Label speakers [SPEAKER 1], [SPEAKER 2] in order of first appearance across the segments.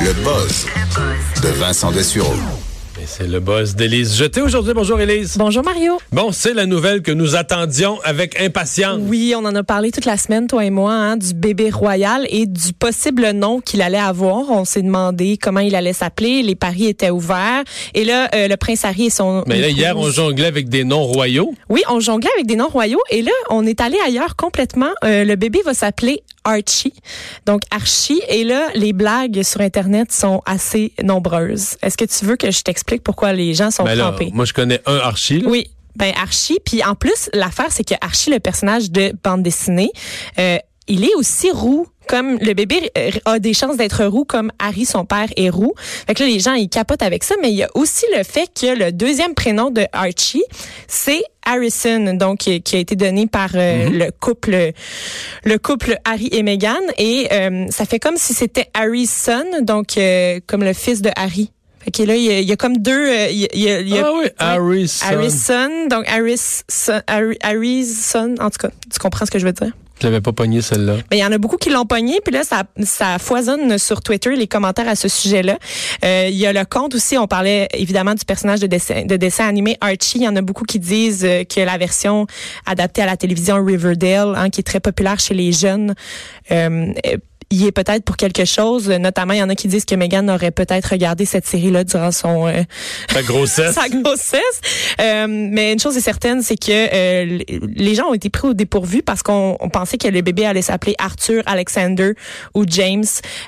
[SPEAKER 1] Le buzz de Vincent Dessureau.
[SPEAKER 2] Et c'est le boss d'Élise Jeté aujourd'hui. Bonjour Élise.
[SPEAKER 3] Bonjour Mario.
[SPEAKER 2] Bon, c'est la nouvelle que nous attendions avec impatience.
[SPEAKER 3] Oui, on en a parlé toute la semaine, toi et moi, hein, du bébé royal et du possible nom qu'il allait avoir. On s'est demandé comment il allait s'appeler. Les paris étaient ouverts. Et là, euh, le prince Harry et son...
[SPEAKER 2] Mais là,
[SPEAKER 3] épouse-
[SPEAKER 2] hier, on jonglait avec des noms royaux.
[SPEAKER 3] Oui, on jonglait avec des noms royaux. Et là, on est allé ailleurs complètement. Euh, le bébé va s'appeler Archie. Donc, Archie. Et là, les blagues sur Internet sont assez nombreuses. Est-ce que tu veux que je t'explique pourquoi les gens sont
[SPEAKER 2] Mais Ben là,
[SPEAKER 3] crampés?
[SPEAKER 2] moi, je connais un Archie. là.
[SPEAKER 3] Oui. Ben Archie, puis en plus l'affaire c'est que Archie le personnage de bande dessinée, euh, il est aussi roux comme le bébé euh, a des chances d'être roux comme Harry son père est roux. Fait que là les gens ils capotent avec ça mais il y a aussi le fait que le deuxième prénom de Archie c'est Harrison donc euh, qui a été donné par euh,
[SPEAKER 2] Mhm.
[SPEAKER 3] le couple le couple Harry et Meghan et euh, ça fait comme si c'était Harrison donc euh, comme le fils de Harry. Fait que là il y a, il y a comme deux euh, il y a- il y a- il y a
[SPEAKER 2] Ah oui, Harrison.
[SPEAKER 3] Harrison, donc Harrison, Harri- Harrison, en tout cas, tu comprends ce que je veux dire.
[SPEAKER 2] Je l'avais pas pogné celle-là.
[SPEAKER 3] Mais il y en a beaucoup qui l'ont pogné, puis là, ça, ça foisonne sur Twitter les commentaires à ce sujet-là. Euh, il y a le compte aussi, on parlait évidemment du personnage de dessin, de dessin animé Archie. Il y en a beaucoup qui disent euh, que la version adaptée à la télévision Riverdale, hein, qui est très populaire chez les jeunes, euh, euh, y est peut-être pour quelque chose. Notamment, il y en a qui disent que Megan aurait peut-être regardé cette série-là durant son... euh,
[SPEAKER 2] Ta grossesse.
[SPEAKER 3] sa grossesse. Euh, mais une chose est certaine, c'est que euh, l- les gens ont été pris au dépourvu parce qu'on on pensait que le bébé allait s'appeler Arthur, Alexander ou James,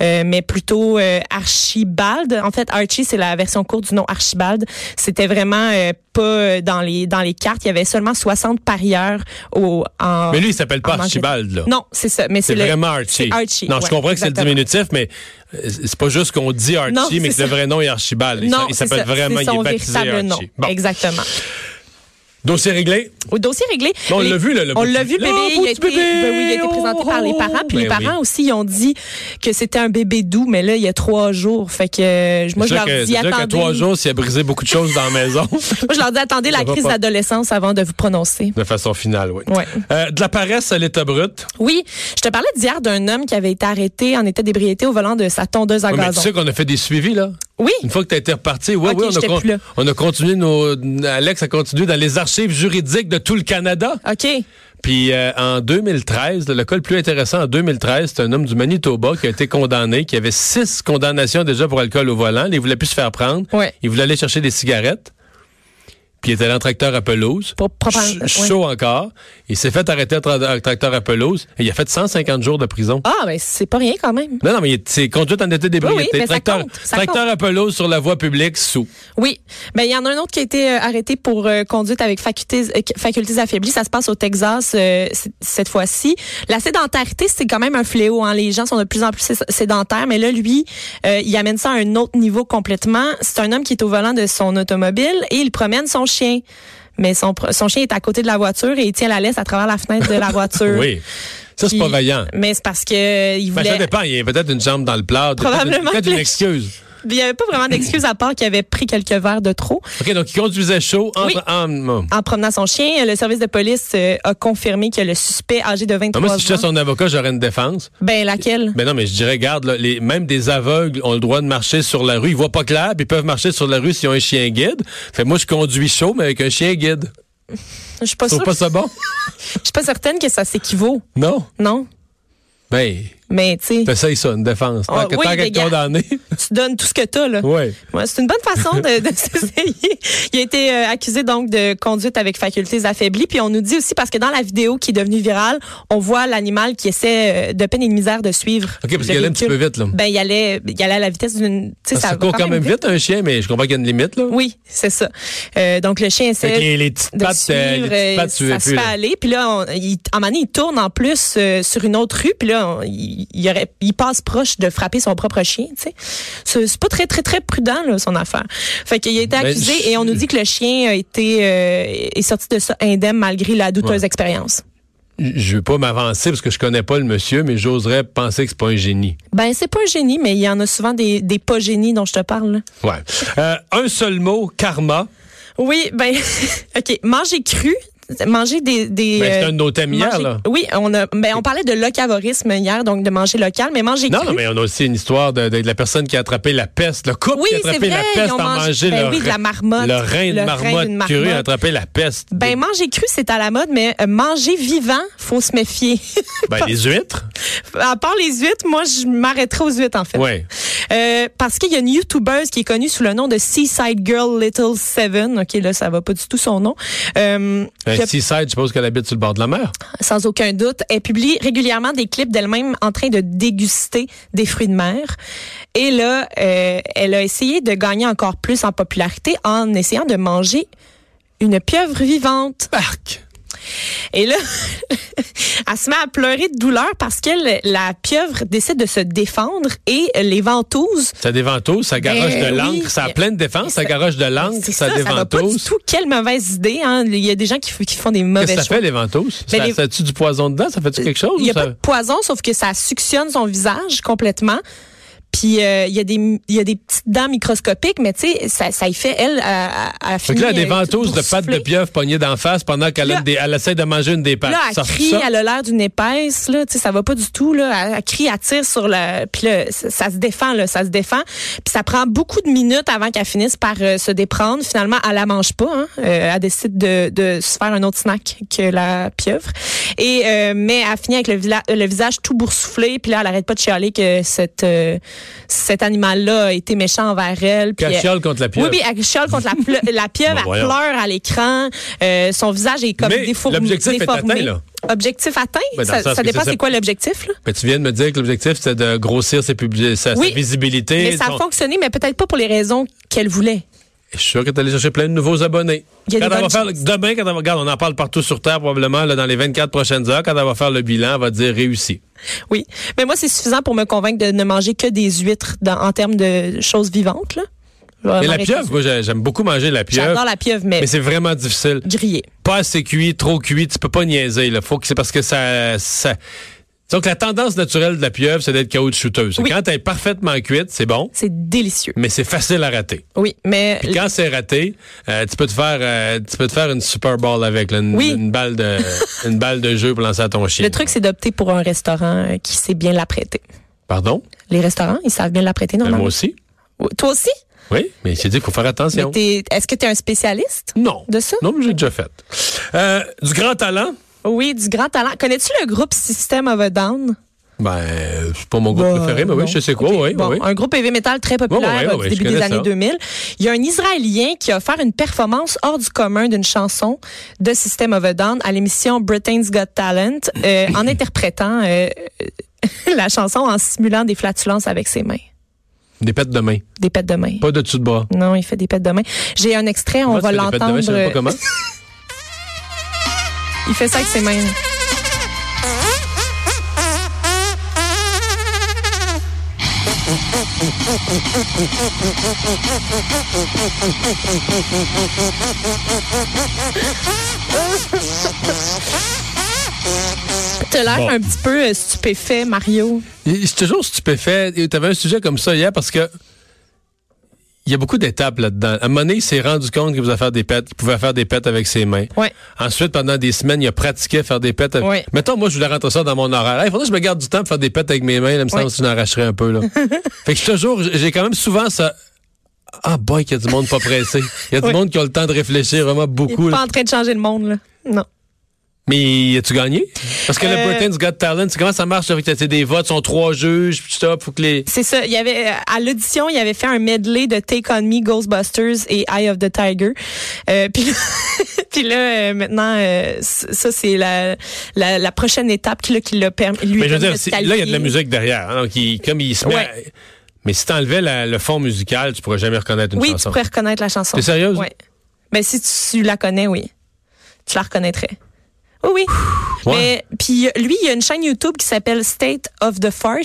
[SPEAKER 3] euh, mais plutôt euh, Archibald. En fait, Archie, c'est la version courte du nom Archibald. C'était vraiment euh, pas euh, dans les dans les cartes. Il y avait seulement 60 parieurs au en.
[SPEAKER 2] mais lui, il s'appelle pas
[SPEAKER 3] en Angleterre.
[SPEAKER 2] Archibald, là.
[SPEAKER 3] Ah, Non, c'est ça. Mais
[SPEAKER 2] C'est
[SPEAKER 3] c'est le-
[SPEAKER 2] vraiment Archie.
[SPEAKER 3] c'est Archie,
[SPEAKER 2] Non, je
[SPEAKER 3] ouais,
[SPEAKER 2] comprends que c'est le
[SPEAKER 3] exactement.
[SPEAKER 2] diminutif, mais euh, c'est pas juste qu'on dit Archie,
[SPEAKER 3] Non,
[SPEAKER 2] mais
[SPEAKER 3] c'est
[SPEAKER 2] que le
[SPEAKER 3] ça.
[SPEAKER 2] vrai nom est Archibald. Il
[SPEAKER 3] Non,
[SPEAKER 2] s'a- il
[SPEAKER 3] c'est
[SPEAKER 2] s'appelle
[SPEAKER 3] ça.
[SPEAKER 2] vraiment,
[SPEAKER 3] C'est
[SPEAKER 2] il est
[SPEAKER 3] son
[SPEAKER 2] baptisé
[SPEAKER 3] véritable
[SPEAKER 2] Archie.
[SPEAKER 3] nom.
[SPEAKER 2] Bon.
[SPEAKER 3] Exactement.
[SPEAKER 2] Dossier réglé.
[SPEAKER 3] Au dossier réglé.
[SPEAKER 2] Bon, on
[SPEAKER 3] les-
[SPEAKER 2] l'a vu, là, le
[SPEAKER 3] on
[SPEAKER 2] beau
[SPEAKER 3] l'a
[SPEAKER 2] petit-
[SPEAKER 3] vu, le
[SPEAKER 2] Oh,
[SPEAKER 3] bébé.
[SPEAKER 2] beau
[SPEAKER 3] il, a
[SPEAKER 2] petit
[SPEAKER 3] été, ben oui, il a été
[SPEAKER 2] bébé,
[SPEAKER 3] présenté
[SPEAKER 2] oh,
[SPEAKER 3] par les parents. Puis les
[SPEAKER 2] ben oui.
[SPEAKER 3] parents aussi, ils ont dit que c'était un bébé doux. Mais là, il y a trois jours. Fait que euh, moi, je
[SPEAKER 2] C'est
[SPEAKER 3] leur
[SPEAKER 2] sûr que-
[SPEAKER 3] dis
[SPEAKER 2] c'est sûr qu'à
[SPEAKER 3] attendez.
[SPEAKER 2] trois jours, s'il a brisé beaucoup de choses dans la maison,
[SPEAKER 3] Moi, je leur dis attendez
[SPEAKER 2] Ça
[SPEAKER 3] la
[SPEAKER 2] va
[SPEAKER 3] crise
[SPEAKER 2] pas.
[SPEAKER 3] d'adolescence avant de vous prononcer.
[SPEAKER 2] de façon finale, oui.
[SPEAKER 3] Ouais.
[SPEAKER 2] Euh, de la paresse à l'état brut.
[SPEAKER 3] Oui, je te parlais d'hier d'un homme qui avait été arrêté en état d'ébriété au volant de sa tondeuse à
[SPEAKER 2] Oui, mais tu
[SPEAKER 3] gazon.
[SPEAKER 2] sais qu'on a fait des suivis, là.
[SPEAKER 3] Oui.
[SPEAKER 2] Une fois que tu été reparti, oui,
[SPEAKER 3] Ok,
[SPEAKER 2] oui, on a,
[SPEAKER 3] j'étais plus là.
[SPEAKER 2] a continué nos. Alex a continué dans les archives juridiques de tout le Canada.
[SPEAKER 3] OK.
[SPEAKER 2] Puis euh, en 2013, le cas le plus intéressant en 2013, c'est un homme du Manitoba qui a été condamné, qui avait six condamnations déjà pour alcool au volant. Il voulait plus se faire prendre.
[SPEAKER 3] Ouais.
[SPEAKER 2] Il voulait aller chercher des cigarettes. Puis il était allé en tracteur à pelouse.
[SPEAKER 3] Pour propagande,
[SPEAKER 2] Ch-
[SPEAKER 3] ouais.
[SPEAKER 2] Chaud encore. Il s'est fait arrêter en tra- en tracteur à pelouse et il a fait 150 jours de prison.
[SPEAKER 3] Ah, ben c'est pas rien quand même.
[SPEAKER 2] Non, non, mais il est- c'est conduite en état d'ébriété.
[SPEAKER 3] Oui, oui, mais ça
[SPEAKER 2] tracteur
[SPEAKER 3] compte, ça
[SPEAKER 2] tracteur à pelouse sur la voie publique sous.
[SPEAKER 3] Oui. Ben, il y en a un autre qui a été euh, arrêté pour euh, conduite avec facultés, euh, facultés affaiblies. Ça se passe au Texas euh, c- cette fois-ci. La sédentarité, c'est quand même un fléau. Hein. Les gens sont de plus en plus sé- sédentaires. Mais là, lui, euh, il amène ça à un autre niveau complètement. C'est un homme qui est au volant de son automobile et il promène son chien. Mais son, pr- son chien est à côté de la voiture et il tient la laisse à travers la fenêtre de la voiture.
[SPEAKER 2] Oui. Ça, c'est
[SPEAKER 3] Puis-
[SPEAKER 2] pas vaillant.
[SPEAKER 3] Mais c'est parce que euh, il
[SPEAKER 2] Ben,
[SPEAKER 3] voulait...
[SPEAKER 2] ça dépend. Il y a peut-être une jambe dans le plat. peut-être-
[SPEAKER 3] Probablement
[SPEAKER 2] Peut-être une
[SPEAKER 3] que-
[SPEAKER 2] excuse.
[SPEAKER 3] Il n'y avait pas vraiment d'excuse à part qu'il avait pris quelques verres de trop.
[SPEAKER 2] OK, donc il conduisait chaud entre.
[SPEAKER 3] Oui.
[SPEAKER 2] en- non.
[SPEAKER 3] en promenant son chien. Le service de police euh, a confirmé que le suspect âgé de 23
[SPEAKER 2] Non, Ah, moi, si
[SPEAKER 3] ans,
[SPEAKER 2] j'étais son avocat, j'aurais une défense.
[SPEAKER 3] ben laquelle
[SPEAKER 2] Mais non, mais je dirais, regarde, là, les, même des aveugles ont le droit de marcher sur la rue. Ils voient pas clair, puis ils peuvent marcher sur la rue s'ils ont un chien guide. Fait moi, je conduis chaud, mais avec un chien guide.
[SPEAKER 3] Je suis pas
[SPEAKER 2] Trouve
[SPEAKER 3] sûre,
[SPEAKER 2] pas ça bon?
[SPEAKER 3] je suis pas certaine que ça s'équivaut.
[SPEAKER 2] Non?
[SPEAKER 3] Non,
[SPEAKER 2] Ben,
[SPEAKER 3] mais tu sais,
[SPEAKER 2] t'essayes ça, une défense. Tant
[SPEAKER 3] Ah,
[SPEAKER 2] que
[SPEAKER 3] oui,
[SPEAKER 2] tant qu'à être
[SPEAKER 3] dégage.
[SPEAKER 2] condamné.
[SPEAKER 3] tu donnes tout ce que t'as là.
[SPEAKER 2] oui.
[SPEAKER 3] Ouais, c'est une bonne façon de, de s'essayer. Il a été euh, accusé donc de conduite avec facultés affaiblies. Puis on nous dit aussi parce que dans la vidéo qui est devenue virale, on voit l'animal qui essaie euh, de peine et de misère de suivre.
[SPEAKER 2] OK, parce
[SPEAKER 3] le
[SPEAKER 2] qu'il allait un petit peu
[SPEAKER 3] véhicule.
[SPEAKER 2] vite, là.
[SPEAKER 3] Ben il allait, il allait à la vitesse d'une. tu sais,
[SPEAKER 2] ça
[SPEAKER 3] va
[SPEAKER 2] court quand même vite, un chien, mais je comprends qu'il y a une limite, là.
[SPEAKER 3] Oui, c'est ça. Euh, donc le chien
[SPEAKER 2] Fait
[SPEAKER 3] essaie
[SPEAKER 2] que les, les petites
[SPEAKER 3] de
[SPEAKER 2] pattes, euh, les
[SPEAKER 3] suivre,
[SPEAKER 2] petites
[SPEAKER 3] euh,
[SPEAKER 2] pattes, tu veux
[SPEAKER 3] ça se
[SPEAKER 2] plus,
[SPEAKER 3] fait
[SPEAKER 2] là.
[SPEAKER 3] aller. Puis là, on- il, en manée, il tourne en plus euh, sur une autre rue. Puis là, on- il, il aurait- il passe proche de frapper son propre chien. Tu sais, c'est c'est pas très très très prudent là, son affaire. Fait qu'il a été
[SPEAKER 2] Ben,
[SPEAKER 3] accusé
[SPEAKER 2] je-
[SPEAKER 3] et on nous dit que le chien a été euh, est sorti de ça indemne malgré la douteuse expérience.
[SPEAKER 2] Je veux pas m'avancer parce que je connais pas le monsieur, mais j'oserais penser que c'est pas un génie.
[SPEAKER 3] Ben c'est pas un génie, mais il y en a souvent des, des pas génies dont je te parle. là.
[SPEAKER 2] Ouais. Euh, un seul mot, karma.
[SPEAKER 3] Oui, ben, OK. Manger cru, manger des... des
[SPEAKER 2] Ben, c'est
[SPEAKER 3] euh,
[SPEAKER 2] un de nos thèmes hier,
[SPEAKER 3] manger-
[SPEAKER 2] là.
[SPEAKER 3] Oui, on, a, ben, on parlait de locavorisme hier, donc de manger local, mais manger
[SPEAKER 2] Non,
[SPEAKER 3] cru.
[SPEAKER 2] non, mais on a aussi une histoire de, de- de la personne qui a attrapé la peste, le couple
[SPEAKER 3] Oui,
[SPEAKER 2] qui a
[SPEAKER 3] c'est
[SPEAKER 2] attrapé
[SPEAKER 3] vrai,
[SPEAKER 2] la peste
[SPEAKER 3] ils ont
[SPEAKER 2] en
[SPEAKER 3] mangé-
[SPEAKER 2] mangeant
[SPEAKER 3] ben
[SPEAKER 2] le,
[SPEAKER 3] oui, de la
[SPEAKER 2] rein-
[SPEAKER 3] marmotte.
[SPEAKER 2] le rein de
[SPEAKER 3] Le rein
[SPEAKER 2] marmotte
[SPEAKER 3] d'une
[SPEAKER 2] curieux a
[SPEAKER 3] marmotte.
[SPEAKER 2] attrapé la peste.
[SPEAKER 3] Ben, manger cru, c'est à la mode, mais euh, manger vivant, faut se méfier.
[SPEAKER 2] Ben, les huîtres.
[SPEAKER 3] à part les huîtres, moi, je m'arrêterais aux huîtres, en fait.
[SPEAKER 2] Oui.
[SPEAKER 3] Euh, parce qu'il y a une youtubeuse qui est connue sous le nom de Seaside Girl Little Seven. OK, là, ça va pas du tout son nom. Euh,
[SPEAKER 2] Un
[SPEAKER 3] qui a-
[SPEAKER 2] seaside, je suppose qu'elle habite sur le bord de la mer.
[SPEAKER 3] sans aucun doute. Elle publie régulièrement des clips d'elle-même en train de déguster des fruits de mer. Et là, euh, elle a essayé de gagner encore plus en popularité en essayant de manger une pieuvre vivante.
[SPEAKER 2] Parc.
[SPEAKER 3] Et là, elle se met à pleurer de douleur parce que le- la pieuvre décide de se défendre et les ventouses.
[SPEAKER 2] Ça a des ventouses, ça garoche
[SPEAKER 3] Ben
[SPEAKER 2] de
[SPEAKER 3] oui.
[SPEAKER 2] l'encre, ça a plein de défenses, ça
[SPEAKER 3] Ça-
[SPEAKER 2] garoche de l'encre,
[SPEAKER 3] C'est
[SPEAKER 2] ça, a des
[SPEAKER 3] ça va pas du
[SPEAKER 2] ventouses.
[SPEAKER 3] tout. Quelle mauvaise idée. Hein? Il y a des gens qui, f- qui font des
[SPEAKER 2] Qu'est-ce
[SPEAKER 3] mauvais
[SPEAKER 2] que ça
[SPEAKER 3] choix.
[SPEAKER 2] fait, les ventouses?
[SPEAKER 3] Ben,
[SPEAKER 2] ça,
[SPEAKER 3] les-
[SPEAKER 2] ça tue du poison dedans? Ça fait-tu quelque chose?
[SPEAKER 3] Il n'y a
[SPEAKER 2] ou ça-
[SPEAKER 3] pas de poison, sauf que ça suctionne son visage complètement. Puis euh, il y a des il y a des petites dents microscopiques, mais tu sais ça, ça y fait elle à, à, à
[SPEAKER 2] Fait que là,
[SPEAKER 3] finir,
[SPEAKER 2] des
[SPEAKER 3] euh,
[SPEAKER 2] ventouses
[SPEAKER 3] pour
[SPEAKER 2] de pattes de
[SPEAKER 3] souffler.
[SPEAKER 2] pieuvre pognées d'en face pendant qu'elle a
[SPEAKER 3] Là-
[SPEAKER 2] une des- elle essaie de manger une des pattes.
[SPEAKER 3] Là, elle
[SPEAKER 2] Ça-
[SPEAKER 3] crie,
[SPEAKER 2] ça-
[SPEAKER 3] elle a l'air d'une épaisse, là, tu sais, ça va pas du tout, là. Elle, elle crie, elle tire sur le, puis là, ça, ça se défend, là, ça se défend. Puis ça prend beaucoup de minutes avant qu'elle finisse par euh, se déprendre. Finalement, elle la mange pas, hein. Euh, elle décide de, de se faire un autre snack que la pieuvre. Et euh, mais elle finit avec le, vila- le visage tout boursouflé, puis là, elle arrête pas de chialer que cette, euh, cet animal-là a été méchant envers elle. Puis
[SPEAKER 2] qu'elle
[SPEAKER 3] elle-
[SPEAKER 2] chiale contre la pieuvre.
[SPEAKER 3] Oui, puis elle chiale contre la, ple- la pieuvre,
[SPEAKER 2] Bon,
[SPEAKER 3] elle
[SPEAKER 2] voyons.
[SPEAKER 3] pleure à l'écran, euh, son visage est comme
[SPEAKER 2] Mais
[SPEAKER 3] défour-
[SPEAKER 2] l'objectif est
[SPEAKER 3] déformé.
[SPEAKER 2] atteint, là.
[SPEAKER 3] Objectif atteint?
[SPEAKER 2] Ben, dans le
[SPEAKER 3] ça,
[SPEAKER 2] sens
[SPEAKER 3] ça
[SPEAKER 2] que
[SPEAKER 3] dépend
[SPEAKER 2] c'est ça-
[SPEAKER 3] c'est quoi l'objectif, là?
[SPEAKER 2] Mais tu viens de me dire que l'objectif, c'était de grossir ses publi- sa, sa
[SPEAKER 3] Oui,
[SPEAKER 2] visibilité.
[SPEAKER 3] Mais ça a
[SPEAKER 2] Son-
[SPEAKER 3] fonctionné, mais peut-être pas pour les raisons qu'elle voulait.
[SPEAKER 2] Je suis sûr que tu allé chercher plein de nouveaux abonnés.
[SPEAKER 3] Il y a des
[SPEAKER 2] Quand elle va
[SPEAKER 3] bonnes
[SPEAKER 2] faire,
[SPEAKER 3] choses.
[SPEAKER 2] demain, quand elle va- regarde, on en parle partout sur Terre, probablement, là, dans les 24 prochaines heures, quand elle va faire le bilan, elle va dire réussi.
[SPEAKER 3] Oui. Mais moi, c'est suffisant pour me convaincre de ne manger que des huîtres dans- en termes de choses vivantes, là. Je vais
[SPEAKER 2] Mais la
[SPEAKER 3] m'arrêter.
[SPEAKER 2] pieuvre, moi, j'ai- j'aime beaucoup manger la pieuvre.
[SPEAKER 3] J'adore la pieuvre, mais,
[SPEAKER 2] Mais c'est vraiment difficile.
[SPEAKER 3] grillée.
[SPEAKER 2] Pas assez cuit, trop cuit, tu peux pas niaiser, là. Faut que c'est parce que ça, ça, donc la tendance naturelle de la pieuvre, c'est d'être caoutchouteuse.
[SPEAKER 3] Oui.
[SPEAKER 2] Quand elle est parfaitement cuite, c'est bon,
[SPEAKER 3] C'est délicieux.
[SPEAKER 2] mais c'est facile à rater.
[SPEAKER 3] Oui, mais
[SPEAKER 2] Puis quand c'est raté, euh, tu peux te faire, euh, tu peux te faire une super ball avec, là, une,
[SPEAKER 3] Oui.
[SPEAKER 2] une balle de, une balle de jeu pour lancer à ton chien.
[SPEAKER 3] le truc, c'est d'opter pour un restaurant euh, qui sait bien l'apprêter.
[SPEAKER 2] Pardon?
[SPEAKER 3] Les restaurants, ils savent bien l'apprêter,
[SPEAKER 2] Ben, moi
[SPEAKER 3] normalement.
[SPEAKER 2] aussi.
[SPEAKER 3] Toi aussi?
[SPEAKER 2] Oui, mais j'ai dit qu'il faut faire
[SPEAKER 3] Mais
[SPEAKER 2] attention.
[SPEAKER 3] t'es- Est-ce que tu es un spécialiste?
[SPEAKER 2] Non.
[SPEAKER 3] De ça?
[SPEAKER 2] Non, mais j'ai déjà fait. Euh, du grand talent?
[SPEAKER 3] Oui, du grand talent. Connais-tu le groupe System of a Down?
[SPEAKER 2] Ben, c'est pas mon groupe
[SPEAKER 3] Bah,
[SPEAKER 2] préféré, mais oui,
[SPEAKER 3] non.
[SPEAKER 2] je sais quoi,
[SPEAKER 3] Ok,
[SPEAKER 2] oui,
[SPEAKER 3] bon,
[SPEAKER 2] oui.
[SPEAKER 3] Un groupe heavy metal très populaire
[SPEAKER 2] Ouais, ouais, ouais,
[SPEAKER 3] euh,
[SPEAKER 2] ouais,
[SPEAKER 3] du
[SPEAKER 2] je
[SPEAKER 3] début des
[SPEAKER 2] connais
[SPEAKER 3] années
[SPEAKER 2] ça.
[SPEAKER 3] 2000. Il y a un Israélien qui a offert une performance hors du commun d'une chanson de System of a Down à l'émission Britain's Got Talent euh, en interprétant euh, la chanson en simulant des flatulences avec ses mains,
[SPEAKER 2] Des pètes de main,
[SPEAKER 3] des pètes de main.
[SPEAKER 2] pas de dessus de bras.
[SPEAKER 3] Non, il fait des pètes de main. J'ai un extrait, on
[SPEAKER 2] Comment
[SPEAKER 3] va
[SPEAKER 2] tu fais des pètes de main?
[SPEAKER 3] l'entendre.
[SPEAKER 2] Je sais même pas comment.
[SPEAKER 3] Il fait ça avec ses mains. T'as l'air
[SPEAKER 2] Bon.
[SPEAKER 3] un petit peu euh, stupéfait, Mario.
[SPEAKER 2] Et Je suis toujours stupéfait. Tu avais un sujet comme ça hier parce que il y a beaucoup d'étapes là-dedans. À un moment donné, il s'est rendu compte qu'il pouvait faire des pets, qu'il pouvait faire des pets avec ses mains.
[SPEAKER 3] Ouais.
[SPEAKER 2] Ensuite, pendant des semaines, il a pratiqué à faire des pets. Avec...
[SPEAKER 3] Ouais.
[SPEAKER 2] Mettons, moi, je voulais rentrer ça dans mon horaire. Il faudrait que je me garde du temps pour faire des pets avec mes mains. Là, il me semble
[SPEAKER 3] Ouais.
[SPEAKER 2] que je n'arracherais un peu. Là. fait que je suis toujours, j'ai quand même souvent ça. Ah, boy, qu'il y a du monde pas pressé. Il y a du
[SPEAKER 3] Ouais.
[SPEAKER 2] monde qui a le temps de réfléchir vraiment
[SPEAKER 3] Il est
[SPEAKER 2] beaucoup. là.
[SPEAKER 3] pas en train de changer le monde, là. Non.
[SPEAKER 2] Mais as-tu gagné? Parce que
[SPEAKER 3] Euh,
[SPEAKER 2] le Britain's Got Talent, c'est comment ça marche? Avec des votes, sont trois juges, puis tout ça, faut que les.
[SPEAKER 3] C'est ça. Il y avait euh, à l'audition, il avait fait un medley de Take on Me, Ghostbusters et Eye of the Tiger. Euh, puis là, puis là, euh, maintenant, euh, c- ça c'est la, la, la prochaine étape qui, là, qui l'a permis. Lui
[SPEAKER 2] Mais je veux
[SPEAKER 3] permis
[SPEAKER 2] dire,
[SPEAKER 3] de
[SPEAKER 2] c'est-
[SPEAKER 3] se
[SPEAKER 2] là, il y a de la
[SPEAKER 3] qualifier.
[SPEAKER 2] musique derrière. hein, donc, il- comme il se met.
[SPEAKER 3] Ouais.
[SPEAKER 2] à- mais si t'enlevais la- le fond musical, tu pourrais jamais reconnaître une
[SPEAKER 3] Oui, tu
[SPEAKER 2] chanson.
[SPEAKER 3] pourrais reconnaître la chanson.
[SPEAKER 2] T'es sérieuse?
[SPEAKER 3] Ouais. Mais si tu la connais, oui, tu la reconnaîtrais. Oui, oui.
[SPEAKER 2] Ouais.
[SPEAKER 3] Mais puis lui, il y a une chaîne YouTube qui s'appelle State of the Fart.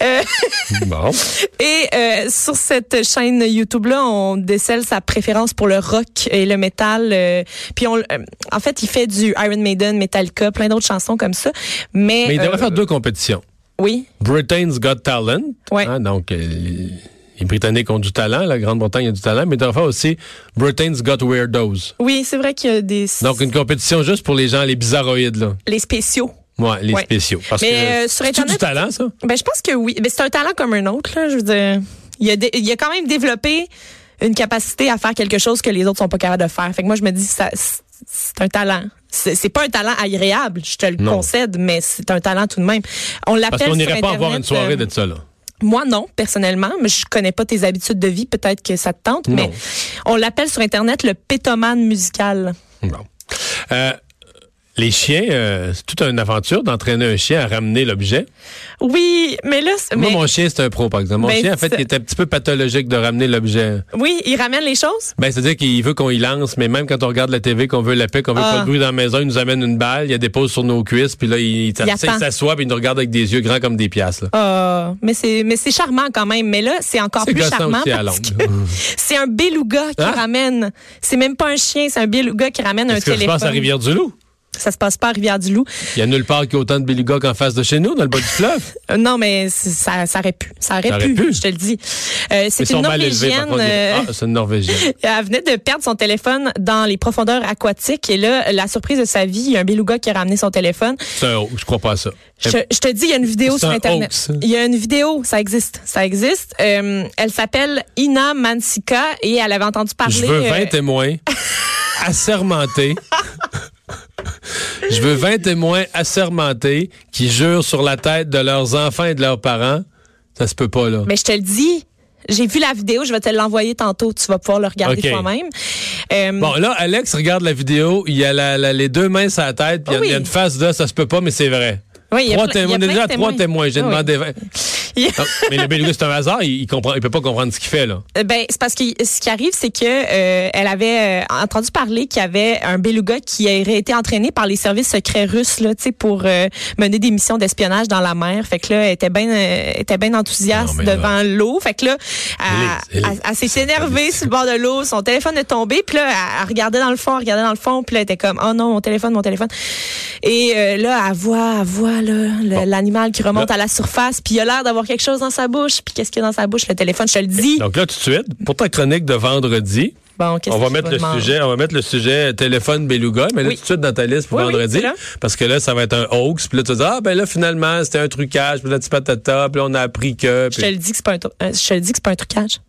[SPEAKER 2] Bon.
[SPEAKER 3] Et euh, sur cette chaîne YouTube là, on décèle sa préférence pour le rock et le métal. euh, puis on, l- euh, en fait, il fait du Iron Maiden, Metallica, plein d'autres chansons comme ça. Mais,
[SPEAKER 2] Mais il devrait
[SPEAKER 3] euh,
[SPEAKER 2] faire deux compétitions.
[SPEAKER 3] Oui,
[SPEAKER 2] Britain's Got Talent.
[SPEAKER 3] Ouais.
[SPEAKER 2] hein, donc, euh, il les Britanniques ont du talent, la Grande-Bretagne a du talent, mais d'en faire aussi Britain's Got Weirdos.
[SPEAKER 3] Oui, c'est vrai qu'il y a des.
[SPEAKER 2] Donc, une compétition juste pour les gens, les bizarroïdes, là.
[SPEAKER 3] Les spéciaux.
[SPEAKER 2] Ouais, les
[SPEAKER 3] Ouais.
[SPEAKER 2] spéciaux. Parce
[SPEAKER 3] Mais, euh,
[SPEAKER 2] que,
[SPEAKER 3] sur
[SPEAKER 2] c'est-tu
[SPEAKER 3] Internet-
[SPEAKER 2] du talent, ça?
[SPEAKER 3] Ben, je pense que oui. Ben, c'est un talent comme un autre, là. Je veux dire, il a, dé- il a quand même développé une capacité à faire quelque chose que les autres sont pas capables de faire. Fait que moi, je me dis, ça, c'est- c'est un talent. C'est c'est pas un talent agréable, je te le
[SPEAKER 2] Non.
[SPEAKER 3] concède, mais c'est un talent tout de même. On l'appelle
[SPEAKER 2] Parce qu'on
[SPEAKER 3] sur
[SPEAKER 2] n'irait pas avoir une
[SPEAKER 3] Internet,
[SPEAKER 2] soirée
[SPEAKER 3] euh,
[SPEAKER 2] de ça, là.
[SPEAKER 3] Moi, non, personnellement, mais je connais pas tes habitudes de vie. Peut-être que ça te tente,
[SPEAKER 2] Non.
[SPEAKER 3] mais on l'appelle sur Internet le pétomane musical.
[SPEAKER 2] Bon. Euh, les chiens, euh, c'est toute une aventure d'entraîner un chien à ramener l'objet.
[SPEAKER 3] Oui, mais là, c'est-
[SPEAKER 2] Moi,
[SPEAKER 3] mais-
[SPEAKER 2] mon chien, c'est un pro, par exemple. Mon
[SPEAKER 3] Ben,
[SPEAKER 2] chien, en fait,
[SPEAKER 3] c'est-
[SPEAKER 2] il est un petit peu pathologique de ramener l'objet.
[SPEAKER 3] oui, il ramène les choses.
[SPEAKER 2] Ben, c'est-à-dire qu'il veut qu'on y lance, mais même quand on regarde la TV, qu'on veut la paix, qu'on veut
[SPEAKER 3] Ah.
[SPEAKER 2] pas de bruit dans la maison, il nous amène une balle, il y a des pauses sur nos cuisses, puis là, il, il
[SPEAKER 3] attend.
[SPEAKER 2] s'assoit, puis il nous regarde avec des yeux grands comme des piastres. là.
[SPEAKER 3] Ah, mais c'est mais c'est charmant quand même. Mais là, c'est encore
[SPEAKER 2] C'est
[SPEAKER 3] plus
[SPEAKER 2] gossant
[SPEAKER 3] charmant
[SPEAKER 2] aussi à
[SPEAKER 3] parce
[SPEAKER 2] Londres.
[SPEAKER 3] que c'est un beluga qui
[SPEAKER 2] Hein?
[SPEAKER 3] ramène. C'est même pas un chien, c'est un beluga qui ramène un
[SPEAKER 2] Est-ce que je
[SPEAKER 3] téléphone.
[SPEAKER 2] passe à Rivière-du-Loup?
[SPEAKER 3] Ça se passe pas à Rivière-du-Loup.
[SPEAKER 2] Il y a nulle part qu'il y a autant de bélugas qu'en face de chez nous, dans le bas du fleuve.
[SPEAKER 3] Euh, non, mais c'est- ça, ça aurait pu. Ça aurait,
[SPEAKER 2] Ça aurait
[SPEAKER 3] pu,
[SPEAKER 2] pu.
[SPEAKER 3] je te le dis. Euh,
[SPEAKER 2] Ils
[SPEAKER 3] c'est
[SPEAKER 2] sont
[SPEAKER 3] une
[SPEAKER 2] mal élevés, par
[SPEAKER 3] Norvégienne.
[SPEAKER 2] contre.
[SPEAKER 3] euh,
[SPEAKER 2] Ah, c'est une Norvégienne.
[SPEAKER 3] Elle venait de perdre son téléphone dans les profondeurs aquatiques. Et là, la surprise de sa vie, il y a un beluga qui a ramené son téléphone.
[SPEAKER 2] C'est un hoax, je crois pas à ça.
[SPEAKER 3] Je, je te dis, il y a une vidéo
[SPEAKER 2] Euh, C'est
[SPEAKER 3] sur
[SPEAKER 2] un
[SPEAKER 3] Internet.
[SPEAKER 2] hoax.
[SPEAKER 3] Il y a une vidéo, ça existe. Ça existe. Euh, elle s'appelle Ina Mansika et elle avait entendu parler.
[SPEAKER 2] Je veux 20
[SPEAKER 3] euh,
[SPEAKER 2] témoins assermentés. Je veux 20 témoins assermentés qui jurent sur la tête de leurs enfants et de leurs parents. Ça se peut pas, là.
[SPEAKER 3] Mais ben, je te le dis, j'ai vu la vidéo, je vais te l'envoyer tantôt, tu vas pouvoir le regarder
[SPEAKER 2] Ok.
[SPEAKER 3] toi-même. Euh,
[SPEAKER 2] Bon, là, Alex regarde la vidéo. Il y a la- la- les deux mains sur la tête, puis il y a-
[SPEAKER 3] Oui.
[SPEAKER 2] il y a une face de ça se peut pas, mais c'est vrai.
[SPEAKER 3] oui, il y a
[SPEAKER 2] Trois
[SPEAKER 3] plein- il y a
[SPEAKER 2] témoins. On est
[SPEAKER 3] plein
[SPEAKER 2] déjà à
[SPEAKER 3] de
[SPEAKER 2] trois témoins. J'ai
[SPEAKER 3] Ah oui.
[SPEAKER 2] demandé 20. Non, mais le Béluga, c'est un hasard. Il, il comprend, il peut pas comprendre ce qu'il fait, là.
[SPEAKER 3] Euh, Ben, c'est parce que ce qui arrive, c'est que euh, elle avait euh, entendu parler qu'il y avait un beluga qui aurait été entraîné par les services secrets russes là, tu sais, pour euh, mener des missions d'espionnage dans la mer. Fait que là, elle était bien, euh, était bien enthousiaste
[SPEAKER 2] Non, mais là.
[SPEAKER 3] devant l'eau. Fait que là, elle,
[SPEAKER 2] Élise,
[SPEAKER 3] elle- elle s'est énervée sur le bord de l'eau. Son téléphone est tombé. Puis là, elle, elle regardait dans le fond, elle regardait dans le fond. Puis là, elle était comme, oh non, mon téléphone, mon téléphone. Et euh, là, elle voit, elle voit là, le- l'animal qui remonte
[SPEAKER 2] Là.
[SPEAKER 3] à la surface. Puis il a l'air d'avoir quelque chose dans sa bouche. Puis qu'est-ce qu'il y a dans sa bouche Le téléphone, je te le dis.
[SPEAKER 2] Donc là, tout de suite, pour ta chronique de vendredi,
[SPEAKER 3] Bon, qu'est-ce
[SPEAKER 2] On
[SPEAKER 3] que
[SPEAKER 2] va
[SPEAKER 3] je
[SPEAKER 2] mettre
[SPEAKER 3] vais
[SPEAKER 2] le
[SPEAKER 3] demander?
[SPEAKER 2] sujet, on va mettre le sujet téléphone beluga, mais là
[SPEAKER 3] Oui.
[SPEAKER 2] tout de suite dans ta liste pour
[SPEAKER 3] Oui, oui,
[SPEAKER 2] vendredi,
[SPEAKER 3] c'est là.
[SPEAKER 2] parce que là ça va être un hoax, puis là tu vas dire ah ben là finalement c'était un trucage, puis là tu patata, puis là on a appris que.
[SPEAKER 3] Je
[SPEAKER 2] Puis...
[SPEAKER 3] te le dis que c'est pas un, tru- euh, je te le dis que c'est pas un trucage.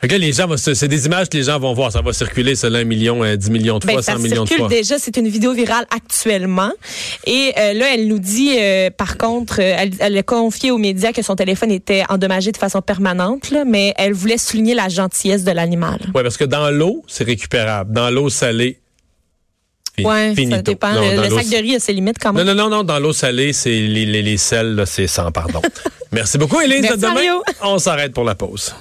[SPEAKER 2] Fait que là, les gens vont se- c'est des images que les gens vont voir, ça va circuler cela un million, euh, 10 millions de fois,
[SPEAKER 3] Ben,
[SPEAKER 2] 100
[SPEAKER 3] ça
[SPEAKER 2] millions de
[SPEAKER 3] circule
[SPEAKER 2] fois.
[SPEAKER 3] déjà, c'est une vidéo virale actuellement. Et euh, là, elle nous dit, euh, par contre, euh, elle, elle a confié aux médias que son téléphone était endommagé de façon permanente, là, mais elle voulait souligner la gentillesse de l'animal.
[SPEAKER 2] Ouais, parce que dans l'eau c'est récupérable, dans l'eau salée. fi-
[SPEAKER 3] Ouais, ça
[SPEAKER 2] finito.
[SPEAKER 3] dépend.
[SPEAKER 2] Non,
[SPEAKER 3] le
[SPEAKER 2] dans
[SPEAKER 3] le
[SPEAKER 2] l'eau
[SPEAKER 3] sac de riz a ses limites quand
[SPEAKER 2] Non,
[SPEAKER 3] même.
[SPEAKER 2] non, non, non, dans l'eau salée, c'est les, les, les sels, là, c'est sans pardon. Merci beaucoup, Élise. À
[SPEAKER 3] Merci,
[SPEAKER 2] demain.
[SPEAKER 3] Mario.
[SPEAKER 2] On s'arrête pour la pause.